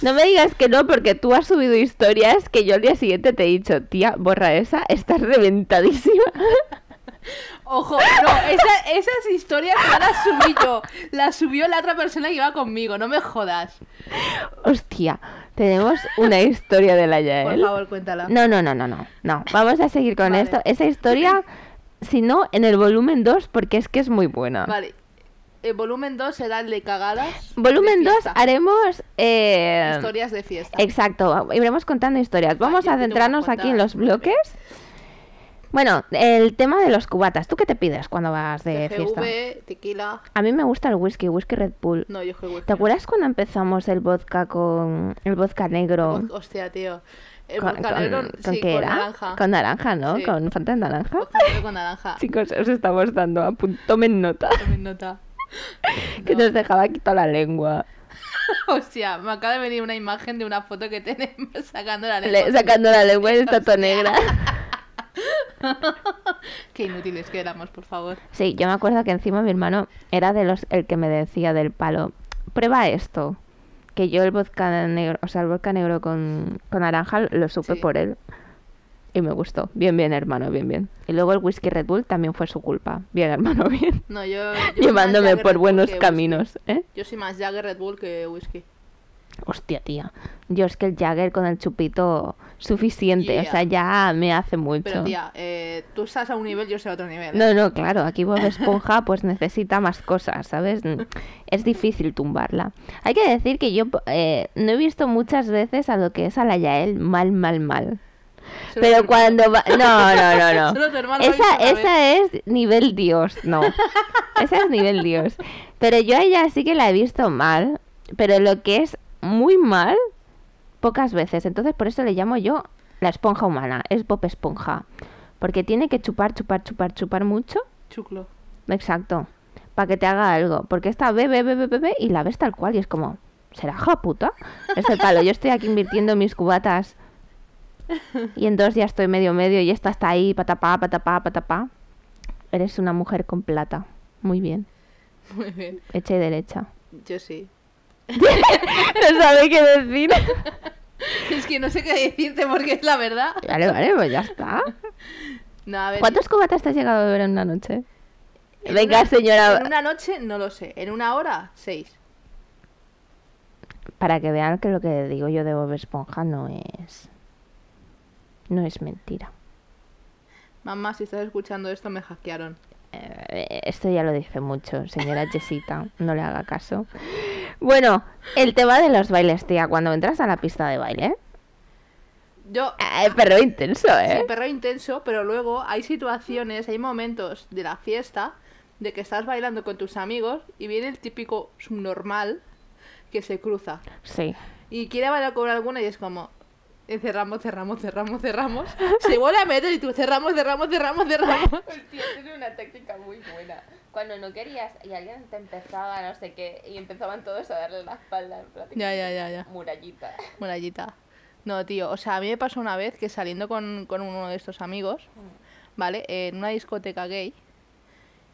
No me digas que no, porque tú has subido historias que yo al día siguiente te he dicho, tía, borra esa, estás reventadísima. Ojo, no, esa- esas historias no las subí yo. Las subió la otra persona que iba conmigo, no me jodas. Hostia, tenemos una historia de la Por Yael. favor, cuéntala. No, no, no, no, no, no. Vamos a seguir con Vale. esto. Esa historia, si no, en el volumen 2, porque es que es muy buena. Vale. El volumen 2 será el de cagadas. Volumen de 2 fiesta. haremos... eh, Historias de fiesta. Exacto, iremos contando historias. Vamos yo a tengo centrarnos unas aquí en los cuantas. bloques. Bueno, el tema de los cubatas. ¿Tú qué te pides cuando vas de fiesta? TGV, tequila. A mí me gusta el whisky, whisky Red Bull. No, yo juego. ¿Te acuerdas cuando empezamos el vodka con el vodka negro? Hostia, tío. El Con- vodka negro, con- ¿con Eh, sí, qué con era? naranja. Con naranja, ¿no? Sí. Con fanta de naranja. Vodka negro con naranja. Chicos, os estamos dando a punto. Tomen nota. Tomen nota. Que No. nos dejaba aquí toda la lengua. Hostia, me acaba de venir una imagen de una foto que tenemos sacando la lengua. Le- sacando la lengua y está toda negra. Qué inútiles que éramos, por favor. Sí, yo me acuerdo que encima mi hermano era de los el que me decía del palo, prueba esto. Que yo el vodka negro, o sea, el vodka negro con, con naranja lo supe Sí. por él. Y me gustó. Bien, bien, hermano, bien, bien. Y luego el whisky Red Bull también fue su culpa. Bien, hermano, bien. No, yo. yo soy más Llevándome Jagger Red por Bull buenos que whisky. caminos, ¿eh? Yo soy más Jagger Red Bull que whisky. Hostia, tía. Yo es que el Jagger con el chupito suficiente. O Yeah. sea, ya me hace mucho. Pero tía, eh, tú estás a un nivel, yo estoy a otro nivel. ¿eh? No, no, claro, aquí Bob Esponja pues necesita más cosas, ¿sabes? N- Es difícil tumbarla. Hay que decir que yo eh, no he visto muchas veces a lo que es a la Yael mal, mal, mal. Solo tu Pero hermano. cuando va... No, no, no, no. Solo tu hermano lo ha Esa, visto una esa es nivel Dios, no. Esa es nivel Dios. Pero yo a ella sí que la he visto mal, pero lo que es muy mal, pocas veces. Entonces por eso le llamo yo la esponja humana, es Bob Esponja. Porque tiene que chupar, chupar, chupar, chupar mucho Chuclo. Exacto. Para que te haga algo. Porque esta bebe, bebe, bebe y la ves tal cual. Y es como, ¿será hija puta? Es el palo. Yo estoy aquí invirtiendo mis cubatas. Y en dos ya estoy medio medio. Y esta está ahí, patapá, patapá, patapá. Eres una mujer con plata. Muy bien. Muy bien. Hecha y derecha. Yo sí. No sabe qué decir. Es que no sé qué decirte porque es la verdad. Vale, vale, pues ya está. No, a ver. ¿Cuántos cubatas te has llegado a beber en una noche? en Venga, una- señora. En una noche, no lo sé. En una hora, seis. Para que vean que lo que digo yo de Bob Esponja no es. No es mentira. Mamá, si estás escuchando esto, me hackearon. Eh, Esto ya lo dice mucho, señora Jessita, no le haga caso. Bueno, el tema de los bailes, tía, cuando entras a la pista de baile. Yo, Eh, perro intenso, ¿eh? sí, perreo intenso, pero luego hay situaciones, hay momentos de la fiesta de que estás bailando con tus amigos y viene el típico subnormal que se cruza Sí. y quiere bailar con alguna y es como eh, cerramos, cerramos, cerramos, cerramos. Se vuelve a meter y tú cerramos, cerramos, cerramos, cerramos. Hostia, tiene una táctica muy buena. Cuando no querías y alguien te empezaba, no sé qué, y empezaban todos a darle la espalda en Ya, ya, ya, ya. Murallita. Murallita. No, tío, o sea, a mí me pasó una vez que Mm. Eh, saliendo con, con uno de estos amigos, ¿vale? En una discoteca gay,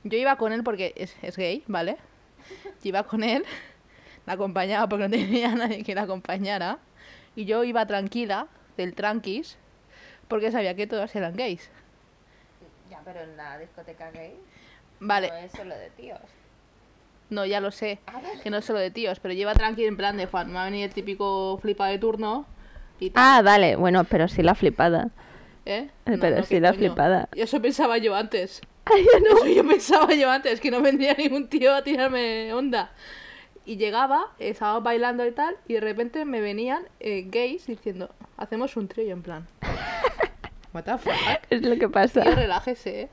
Yo iba con él porque es, es gay, ¿vale? Yo iba con él, la acompañaba porque no tenía nadie que la acompañara. Y yo iba tranquila, del tranquis, porque sabía que todos eran gays. Ya, pero en la discoteca gay no Vale, es solo de tíos. no, ya lo sé, Ah, vale. que no es solo de tíos, pero yo iba tranquila en plan de Juan, me va a venir el típico flipa de turno y tal. Ah, vale, bueno, pero sí la flipada. ¿eh? Eh, pero qué sí la coño. flipada. Y Eso pensaba yo antes. Ay, Eso yo pensaba yo antes, que no vendría ningún tío a tirarme onda. Y llegaba, estaba bailando y tal, y de repente me venían eh, gays diciendo, hacemos un trío, y yo en plan. What the fuck? Es lo que pasa. Tío, relájese, ¿eh?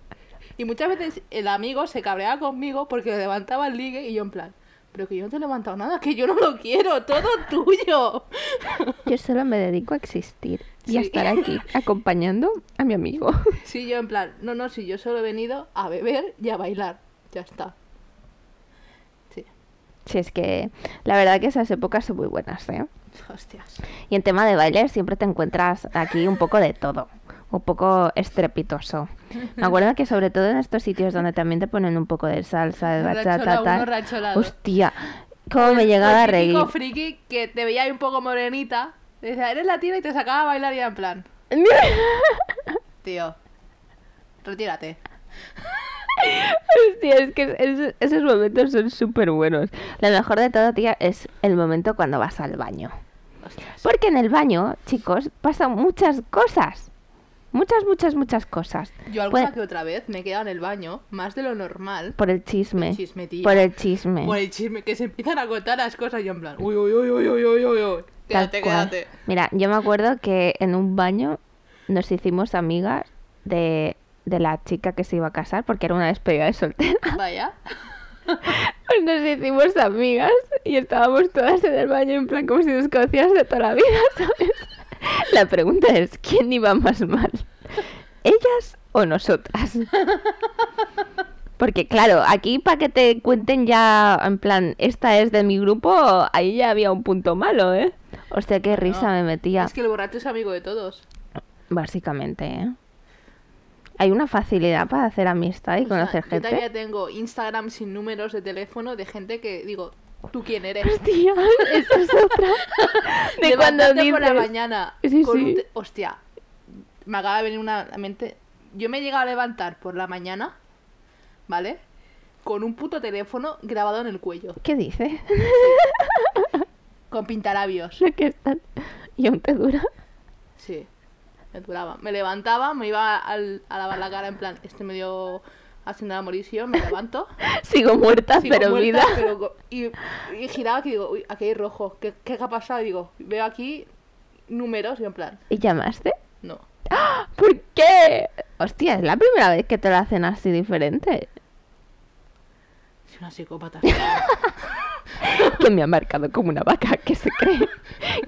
Y muchas veces el amigo se cabreaba conmigo porque levantaba el ligue y yo en plan, pero que yo no te he levantado nada, que yo no lo quiero, todo tuyo. Yo solo me dedico a existir y a Sí. estar aquí acompañando a mi amigo. Sí, yo en plan, no, no, si yo solo he venido a beber y a bailar, ya está. Sí, Si es que la verdad que esas épocas son muy buenas, ¿eh? hostias. Y en tema de baile siempre te encuentras aquí un poco de todo, un poco estrepitoso. Me acuerdo que sobre todo en estos sitios donde también te ponen un poco de salsa, de Rachola bachata, uno, tal. racholado. Hostia, cómo me El- llegaba a el reír. Pues típico friki que te veía ahí un poco morenita, te decía, eres latina y te sacaba a bailar y era en plan, tío, retírate. Hostia, es que es- esos momentos son súper buenos. Lo mejor de todo, tía, es el momento cuando vas al baño. Hostias. Porque en el baño, chicos, pasan muchas cosas. Muchas, muchas, muchas cosas. Yo alguna Por- que otra vez me he quedado en el baño, más de lo normal, Pues Por el chisme. El chisme, tía. Por el chisme. por el chisme, que se empiezan a contar las cosas y yo en plan, uy, uy, uy, uy, uy, uy, uy, uy. Tal quédate, cual. quédate. Mira, yo me acuerdo que en un baño nos hicimos amigas de, de la chica que se iba a casar porque era una despedida de soltera. Vaya. Pues nos hicimos amigas y estábamos todas en el baño en plan como si nos conocíamos de toda la vida, ¿sabes? La pregunta es, ¿quién iba más mal? ¿Ellas o nosotras? Porque claro, aquí para que te cuenten ya, en plan, esta es de mi grupo, ahí ya había un punto malo, ¿eh? Hostia, qué risa No, me metía. Es que el borracho es amigo de todos. Básicamente, ¿eh? Hay una facilidad para hacer amistad y O sea, conocer Yo todavía gente. tengo Instagram sin números de teléfono de gente que digo, ¿tú quién eres? Hostia, esa es otra. De cuando Levántate por la dices... mañana. Sí, con un sí. te- Hostia, me acaba de venir una mente. Yo me he llegado a levantar por la mañana, ¿vale? Con un puto teléfono grabado en el cuello, ¿Qué dices? con pintalabios. Lo que están... Y aún te dura. Sí, me duraba. Me levantaba, me iba al- a lavar la cara en plan, este medio haciendo la morición, me levanto. Sigo muerta, sigo pero muerta, vida. pero go- y, y giraba que digo, uy, aquí hay rojo, ¿qué, qué ha pasado? Y digo, veo aquí números y en plan, ¿Y llamaste? no. ¿Por qué? Hostia, es la primera vez que te lo hacen así diferente. Soy una psicópata. Que me ha marcado como una vaca que se cree.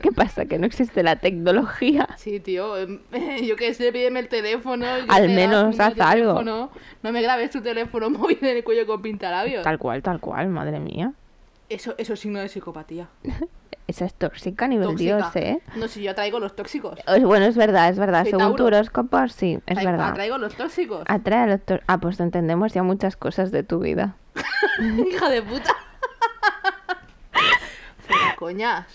¿Qué pasa? Que no existe la tecnología. Sí, tío, em, yo qué sé, pídeme el teléfono. yo te Al grabo menos tu haz número de algo. teléfono, No me grabes tu teléfono móvil en el cuello con pintalabios. Tal cual, tal cual, madre mía. Eso, eso es signo de psicopatía. Esa es tóxica a nivel Tóxica. dios, ¿eh? No, si yo atraigo los tóxicos. Es- Bueno, es verdad, es verdad. Soy Según tu Tauro. horóscopo, sí, es Atraigo- verdad. Atraigo los tóxicos. Atrae a los tor- Ah, pues entendemos ya muchas cosas de tu vida. Hija de puta. Fuera coñas.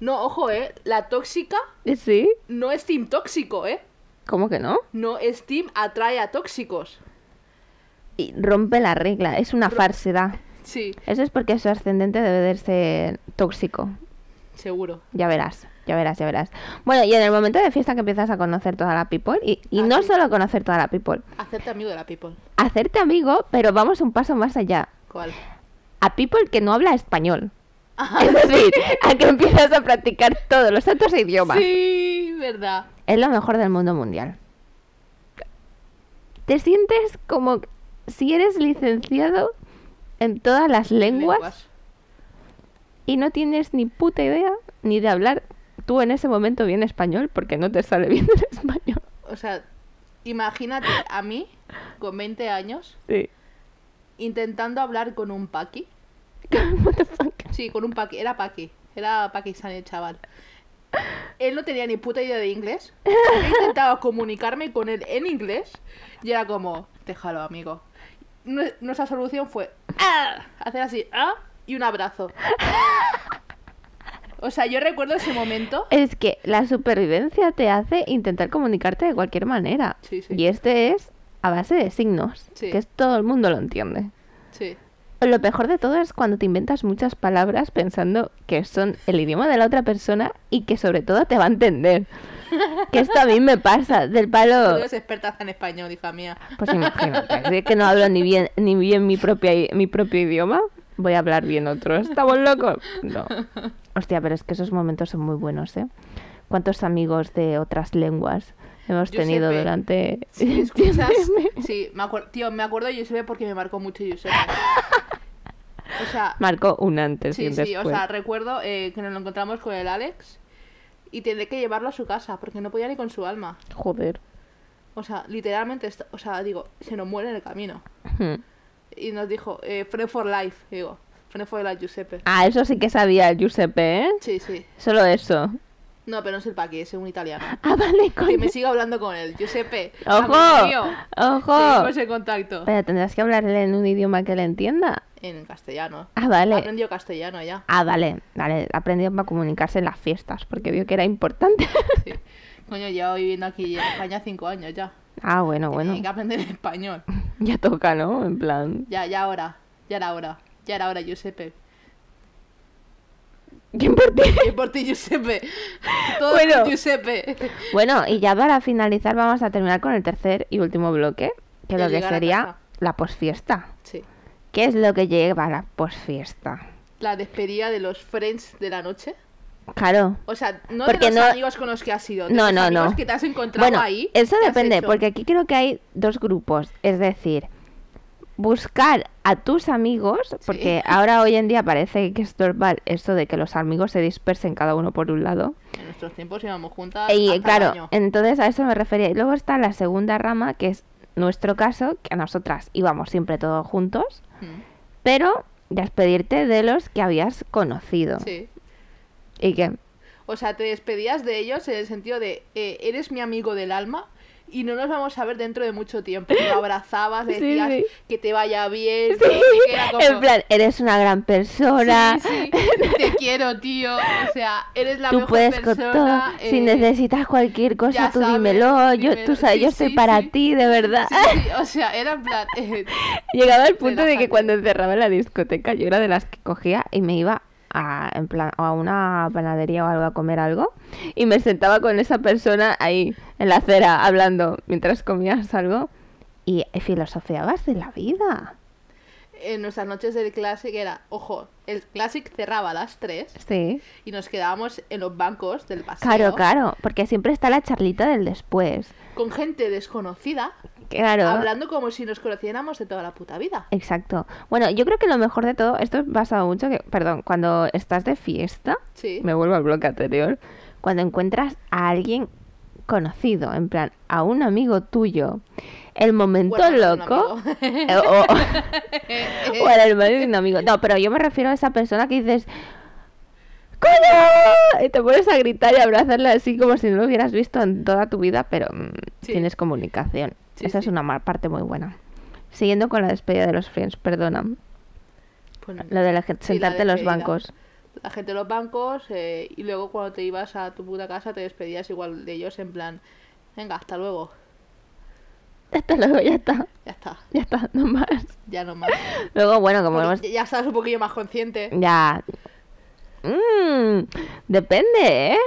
No, ojo, eh. La tóxica ¿Eh, ¿Sí? no es team tóxico, eh. ¿Cómo que no? No es team atrae a tóxicos. Y rompe la regla, es una falsedad. Sí, Eso es porque su ascendente debe de ser tóxico. seguro. Ya verás, ya verás, ya verás. Bueno, y en el momento de fiesta que empiezas a conocer toda la people, y, y Ah, no sí. solo conocer toda la people, Hacerte amigo de la people. hacerte amigo, pero vamos un paso más allá. ¿Cuál? A people que no habla español. Es decir, a que empiezas a practicar todos los santos idiomas. Sí, verdad. Es lo mejor del mundo mundial. Te sientes como si eres licenciado en todas las lenguas, y no tienes ni puta idea ni de hablar tú en ese momento bien español porque no te sale bien el español. O sea, imagínate a mí con 20 años Sí. intentando hablar con un paqui. What the fuck? Sí, con un paqui. Era paqui. Era pakistaní el chaval. Él no tenía ni puta idea de inglés. Yo intentaba comunicarme con él en inglés y era como, déjalo, amigo. nue- nuestra solución fue "Ah", hacer así "Ah", y un abrazo. O sea, yo recuerdo ese momento. Es que la supervivencia te hace intentar comunicarte de cualquier manera. Sí, sí. Y este es a base de signos, Sí. que es- todo el mundo lo entiende. Sí. Lo peor de todo es cuando te inventas muchas palabras pensando que son el idioma de la otra persona y que sobre todo te va a entender. Que esto a mí me pasa, del Tú palo... eres experta en español, hija mía. Pues imagínate, si es que no hablo ni bien, ni bien mi, propia, i- mi propio idioma, voy a hablar bien otro. ¿Estamos locos? No. Hostia, pero es que esos momentos son muy buenos, ¿eh? ¿Cuántos amigos de otras lenguas hemos tenido Giuseppe, durante... Si escuchas, Entiéndeme. sí, me acuerdo, tío, me acuerdo de Giuseppe porque me marcó mucho Giuseppe. O sea, Marcó un antes y sí, un sí, o después. sea, recuerdo eh, que nos lo encontramos con el Alex y tendré que llevarlo a su casa porque no podía ni con su alma. Joder. O sea, literalmente, est- o sea, digo, se nos muere en el camino. Hmm. Y nos dijo, eh, Friend for Life, Y digo, Friend for Life Giuseppe. Ah, eso sí que sabía el Giuseppe, ¿eh? Sí, sí. Solo eso. No, pero no es el paqui, es un italiano. Ah, vale, coño. Que me siga hablando con él, Giuseppe. amigo mío. ¡Ojo! ¡Ojo! Seguimos en contacto. Pero tendrás que hablarle en un idioma que le entienda. En castellano. Ah, vale. Aprendió castellano ya. Ah, vale, vale, aprendió para comunicarse en las fiestas, porque vio que era importante. Sí. Coño, llevo viviendo aquí en España cinco años ya. ah, bueno, bueno. Hay que aprender español. Ya toca, ¿no? En plan, Ya, ya ahora. Ya era hora. Ya era hora, Giuseppe. ¿quién por ti? Y por ti, Giuseppe. Todo Bueno. por Giuseppe. Bueno, y ya para finalizar vamos a terminar con el tercer y último bloque, que El lo que llegar a sería casa. la posfiesta. Sí. ¿Qué es lo que lleva la posfiesta? La despedida de los friends de la noche. Claro. O sea, no Porque de los no- amigos con los que has ido. de No, los no, amigos no. que te has encontrado Bueno, ahí. eso que has depende, hecho. porque aquí creo que hay dos grupos, es decir, buscar a tus amigos, porque ahora hoy en día parece que es normal eso de que los amigos se dispersen cada uno por un lado. En nuestros tiempos íbamos juntas. Y hasta el claro, baño. entonces a eso me refería. Y luego está la segunda rama, que es nuestro caso, que a nosotras íbamos siempre todos juntos, Mm, pero despedirte de los que habías conocido. Sí. Y que, O sea, te despedías de ellos en el sentido de eh, eres mi amigo del alma y no nos vamos a ver dentro de mucho tiempo. Lo abrazabas, le Sí, decías sí. que te vaya bien. Sí, que era como, en plan, eres una gran persona, "Sí, sí, te quiero, tío. O sea, eres la tú mejor puedes persona. con todo, si eh, necesitas cualquier cosa, ya tú sabes, dímelo, yo, tú dímelo". sabes, yo Sí, estoy sí, para sí. ti, de verdad. sí, sí, o sea, era en plan. eh, Llegaba al punto de que Relájate. cuando encerraba la discoteca, yo era de las que cogía y me iba a, en plan, a una panadería o algo a comer algo y me sentaba con esa persona ahí en la acera hablando mientras comías algo y filosofiabas de la vida. en nuestras noches del Classic era, ojo, el Classic cerraba a las 3 Sí. y nos quedábamos en los bancos del paseo Claro, claro, porque siempre está la charlita del después. con gente desconocida Claro. hablando como si nos conociéramos de toda la puta vida. Exacto. Bueno, yo creo que lo mejor de todo, esto pasa mucho que, perdón, cuando estás de fiesta, Sí. me vuelvo al bloque anterior, cuando encuentras a alguien conocido, en plan, a un amigo tuyo, el momento Bueno, no, loco, no, amigo. eh, o, o al hermano de un amigo, no, pero yo me refiero a esa persona que dices, ¡Coño! Y te pones a gritar y abrazarla así como si no lo hubieras visto en toda tu vida, pero mm, Sí. tienes comunicación. Sí, Esa es sí. una ma- parte muy buena. Siguiendo con la despedida de los friends, perdona. Pues Lo de la gente Sí, la sentarte en los despedida. bancos. La gente de los bancos eh, y luego cuando te ibas a tu puta casa te despedías igual de ellos en plan, venga, hasta luego, Hasta luego, ya está. ya está, Ya está, no más. ya no más. Luego, bueno, como Porque hemos... ya- Ya estás un poquillo más consciente. Ya. Mm, depende, ¿eh?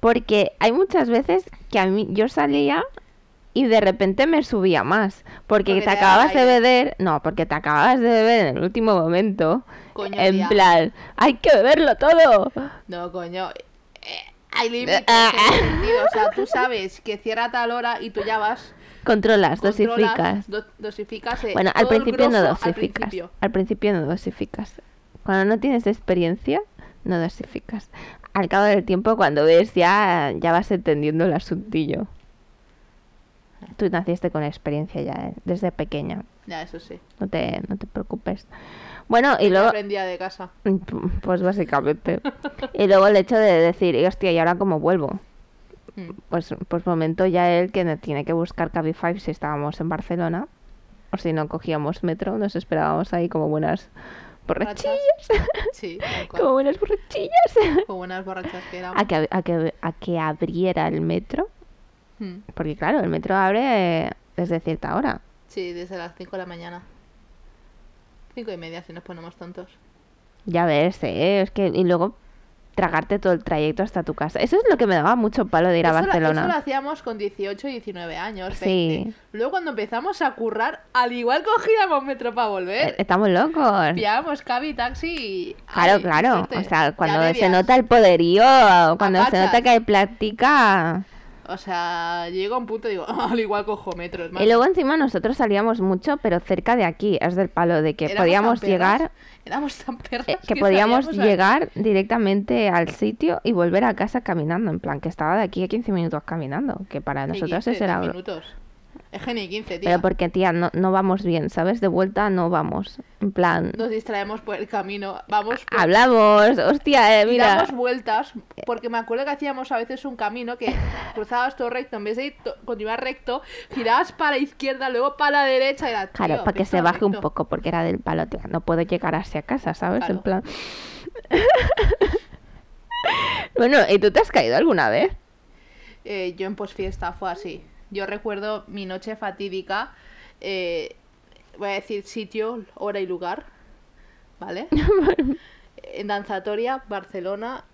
Porque hay muchas veces que a mí yo salía y de repente me subía más. Porque Porque, te te acababas de daba aire. beber. No, porque te acababas de beber en el último momento. Coño, en tía. plan, hay que beberlo todo. No, coño. eh, hay límites Ah. en ese sentido. O sea, tú sabes que cierra a tal hora y tú ya vas, controlas, Controlas, dosificas. do- dosificas. eh, Bueno, al todo el principio no grosso al dosificas. Al principio. principio. no dosificas. Cuando no tienes experiencia, no dosificas. Al cabo del tiempo, cuando ves, ya, ya vas entendiendo el asuntillo. Tú naciste con experiencia ya, eh, desde pequeña. Ya, eso sí. No te, no te preocupes. Bueno, y Yo luego... aprendía de casa. Pues básicamente. Y luego el hecho de decir, "Y hostia, ¿y ahora cómo vuelvo? Mm. Pues, pues momento ya él que no tiene que buscar Cabify si estábamos en Barcelona. O si no, cogíamos metro, nos esperábamos ahí como buenas borrachillas. Sí, tal cual. como buenas borrachillas. Con buenas borrachas que éramos. a, Ah, que, ab- a, que, a que abriera el metro. Mm. Porque claro, el metro abre eh, desde cierta hora. Sí, desde las 5 de la mañana. 5 y media si nos ponemos tontos. Ya ves, eh, es que y luego tragarte todo el trayecto hasta tu casa. Eso es lo que me daba mucho palo de ir a eso, lo- Barcelona. eso lo hacíamos con 18 y 19 años. Sí. 20. Luego cuando empezamos a currar, al igual cogíamos metro para Eh, volver. Estamos locos. Pillábamos cabi, taxi y... Claro, ¡ay, qué claro. suerte! O sea, cuando se Canarias. nota el poderío, cuando se Apachas. nota que hay plática. O sea, llego a un punto y digo, al igual cojo metro. es más. Y luego encima nosotros salíamos mucho, pero cerca de aquí, es del palo de que Éramos podíamos tan perras, llegar, Éramos tan perras. eh, que que podíamos salíamos a- llegar directamente al sitio y volver a casa caminando, en plan que estaba de aquí a 15 minutos caminando, que para Ni nosotros 15 eso era glo- minutos. Es que ni 15, tío. Pero porque, tía, no, no vamos bien, ¿sabes? De vuelta no vamos. En plan, Nos distraemos por el camino. Vamos por... hablamos, hostia, eh, y mira. damos vueltas, porque me acuerdo que hacíamos a veces un camino que cruzabas todo recto, en vez de ir to- continuar recto, girabas para la izquierda, luego para la derecha. Era, Claro, tío, para que ves se todo baje un recto. poco, porque era del palo, tía, no puedo llegar hacia casa, ¿sabes? Claro. En plan... bueno, ¿y tú te has caído alguna vez? Eh, yo en posfiesta fue así. Yo recuerdo mi noche fatídica, eh, voy a decir sitio, hora y lugar, ¿vale? en Danzatoria, Barcelona,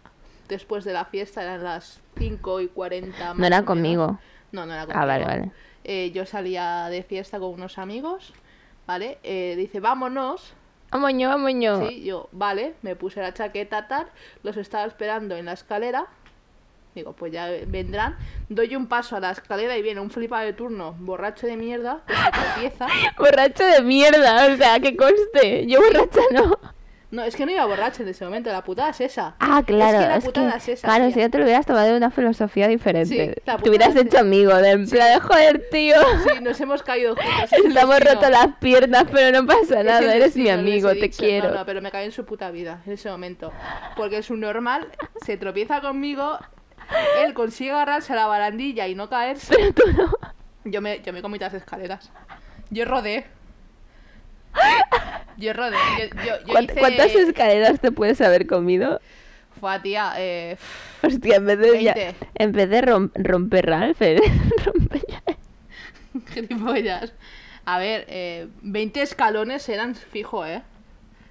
después de la fiesta eran las 5 y 40. No era conmigo. No, no era conmigo. Ah, vale, vale. Eh, yo salía de fiesta con unos amigos, ¿vale? Eh, dice, vámonos. Amoño, amoño. Sí, yo, vale, me puse la chaqueta tal, los estaba esperando en la escalera. Digo, pues ya vendrán. Doy un paso a la escalera y viene un flipado de turno, borracho de mierda, que se tropieza. Borracho de mierda, o sea, que conste. Yo borracha no. No, es que no iba borracho en ese momento, la putada es esa. Ah, claro. Es que la es que- putada es esa. claro, tía. si yo te lo hubieras tomado de una filosofía diferente. Sí, la te hubieras putada es hecho amigo de en plan, joder, tío. Sí, nos hemos caído juntos. es el Estamos destino. rotos las piernas, pero no pasa Es nada. el Eres mi destino, les he amigo, te dicho. quiero. No, no, pero me caí en su puta vida en ese momento. Porque es un normal, se tropieza conmigo, él consigue agarrarse a la barandilla y no caerse. Pero tú no. Yo me, yo me comí las escaleras. Yo rodé. Yo rodé. Yo, yo, yo ¿Cuánt- hice... ¿Cuántas escaleras te puedes haber comido? Fua, tía, eh, pff, Hostia, en vez de, ya- 20. en vez de rom- romper Ralph, eres romper gilipollas. A ver, eh, 20 escalones eran fijo, ¿eh?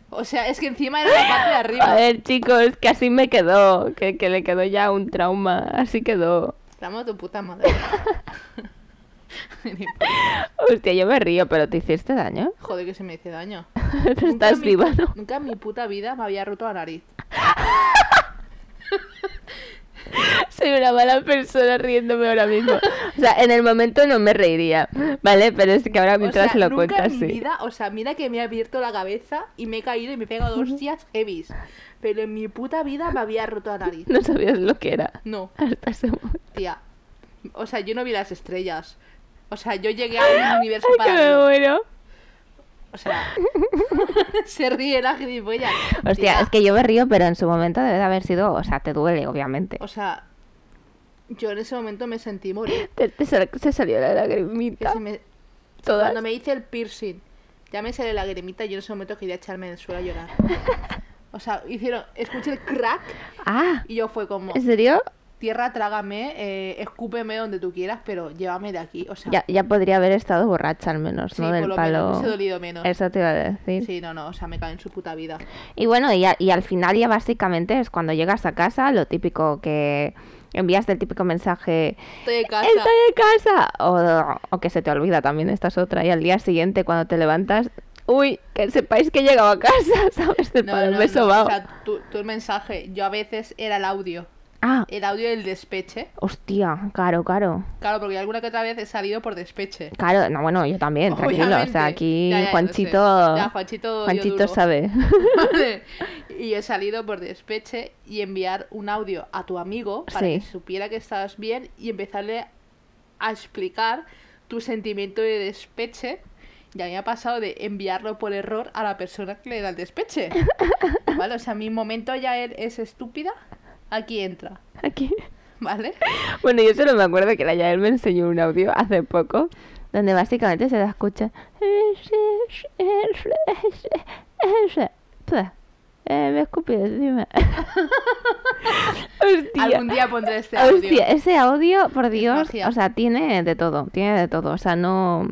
O sea, es que encima era la parte de A arriba. ver, chicos, que así me quedó, que, que le quedó ya un trauma, así quedó. Estamos tu puta madre. Gilipollas. Hostia, yo me río, pero te hiciste daño. Joder, que se me hizo daño. Pero Nunca estás en mi- viva, ¿no? Nunca en mi puta vida me había roto la nariz. Soy una mala persona riéndome ahora mismo. O sea, en el momento no me reiría, ¿vale? Pero es que ahora mientras o sea, lo nunca cuentas, en mi sí. vida, o sea, mira que me he abierto la cabeza y me he caído y me he pegado dos hostias heavies. Pero en mi puta vida me había roto la nariz. No sabías lo que era. No, Hasta ese momento. tía. O sea, yo no vi las estrellas. O sea, yo llegué a un universo Ay, que me paralelo. muero. O sea, se ríe la gilipollas. Hostia, Tía, es que yo me río, pero en su momento debe de haber sido, o sea, te duele, obviamente. O sea, yo en ese momento me sentí morir. Te- te sal- se salió la Que lagrimita. se me- Todas. Cuando me hice el piercing, ya me salió la lagrimita y yo en ese momento quería echarme en el suelo a llorar. O sea, hicieron, escuché el crack Ah, y yo fue como... ¿en serio? Tierra, trágame, eh, escúpeme donde tú quieras, pero llévame de aquí. O sea, Ya, ya podría haber estado borracha al menos, sí, ¿no? Del por lo palo. menos, me he dolido menos. Eso te iba a decir. Sí, no, no, o sea, me cae en su puta vida. Y bueno, y, a- y al final ya básicamente es cuando llegas a casa, lo típico que envías el típico mensaje, Estoy de casa. ¡Estoy en casa! O, o que se te olvida también, esta es otra. Y al día siguiente cuando te levantas, ¡uy! Que sepáis que he llegado a casa, ¿sabes? Del No, palo, no, me he no, sobao. O sea, tú, tú el mensaje, yo a veces era el audio. Ah, El audio del despeche. hostia, claro, claro. Claro, porque alguna que otra vez he salido por despeche. Claro, no, bueno, yo también, tranquilo. O Obviamente. sea, aquí Ya, ya, ya lo Juanchito. sé. Ya, Juanchito dio Juanchito duro. sabe. Vale. y he salido por despeche y enviar un audio a tu amigo para Sí. que supiera que estabas bien y empezarle a explicar tu sentimiento de despeche. Y a mí me ha pasado de enviarlo por error a la persona que le da el despeche. ¿Vale? O sea, mi momento ya él es estúpida. Aquí entra. Aquí. ¿Vale? Bueno, yo solo me acuerdo que la Yael me enseñó un audio hace poco donde básicamente se la escucha. Pua. Eh, me escupió encima. Hostia. Algún día pondré este audio. Hostia, ese audio, por Dios, magia. o sea, tiene de todo, tiene de todo, o sea, no...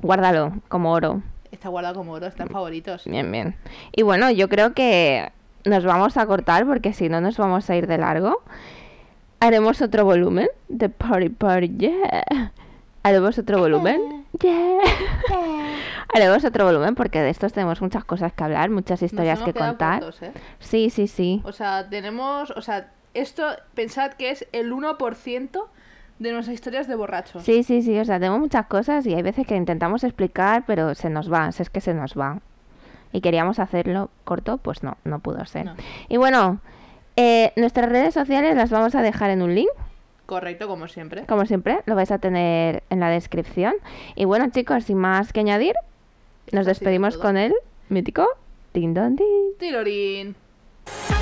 Guárdalo como oro. Está guardado como oro, está en favoritos. Bien, bien. Y bueno, yo creo que nos vamos a cortar porque si no nos vamos a ir de largo. Haremos otro volumen de Party Party, yeah. Haremos otro volumen. Yeah. Haremos otro volumen porque de estos tenemos muchas cosas que hablar, muchas Nos historias hemos que quedado contar. cortos, ¿eh? Sí, sí, sí. O sea, tenemos. O sea, esto, pensad que es el 1% de nuestras historias de borrachos. Sí, sí, sí, o sea, tenemos muchas cosas y hay veces que intentamos explicar, pero se nos va, es que se nos va. Y queríamos hacerlo corto, pues no, no pudo ser. No. Y bueno, eh, nuestras redes sociales las vamos a dejar en un link, Correcto, como siempre. como siempre, lo vais a tener en la descripción. Y bueno, chicos, sin más que añadir, Esto ha nos sido despedimos todo. con el mítico Tin Don Din. Tirorín. Thank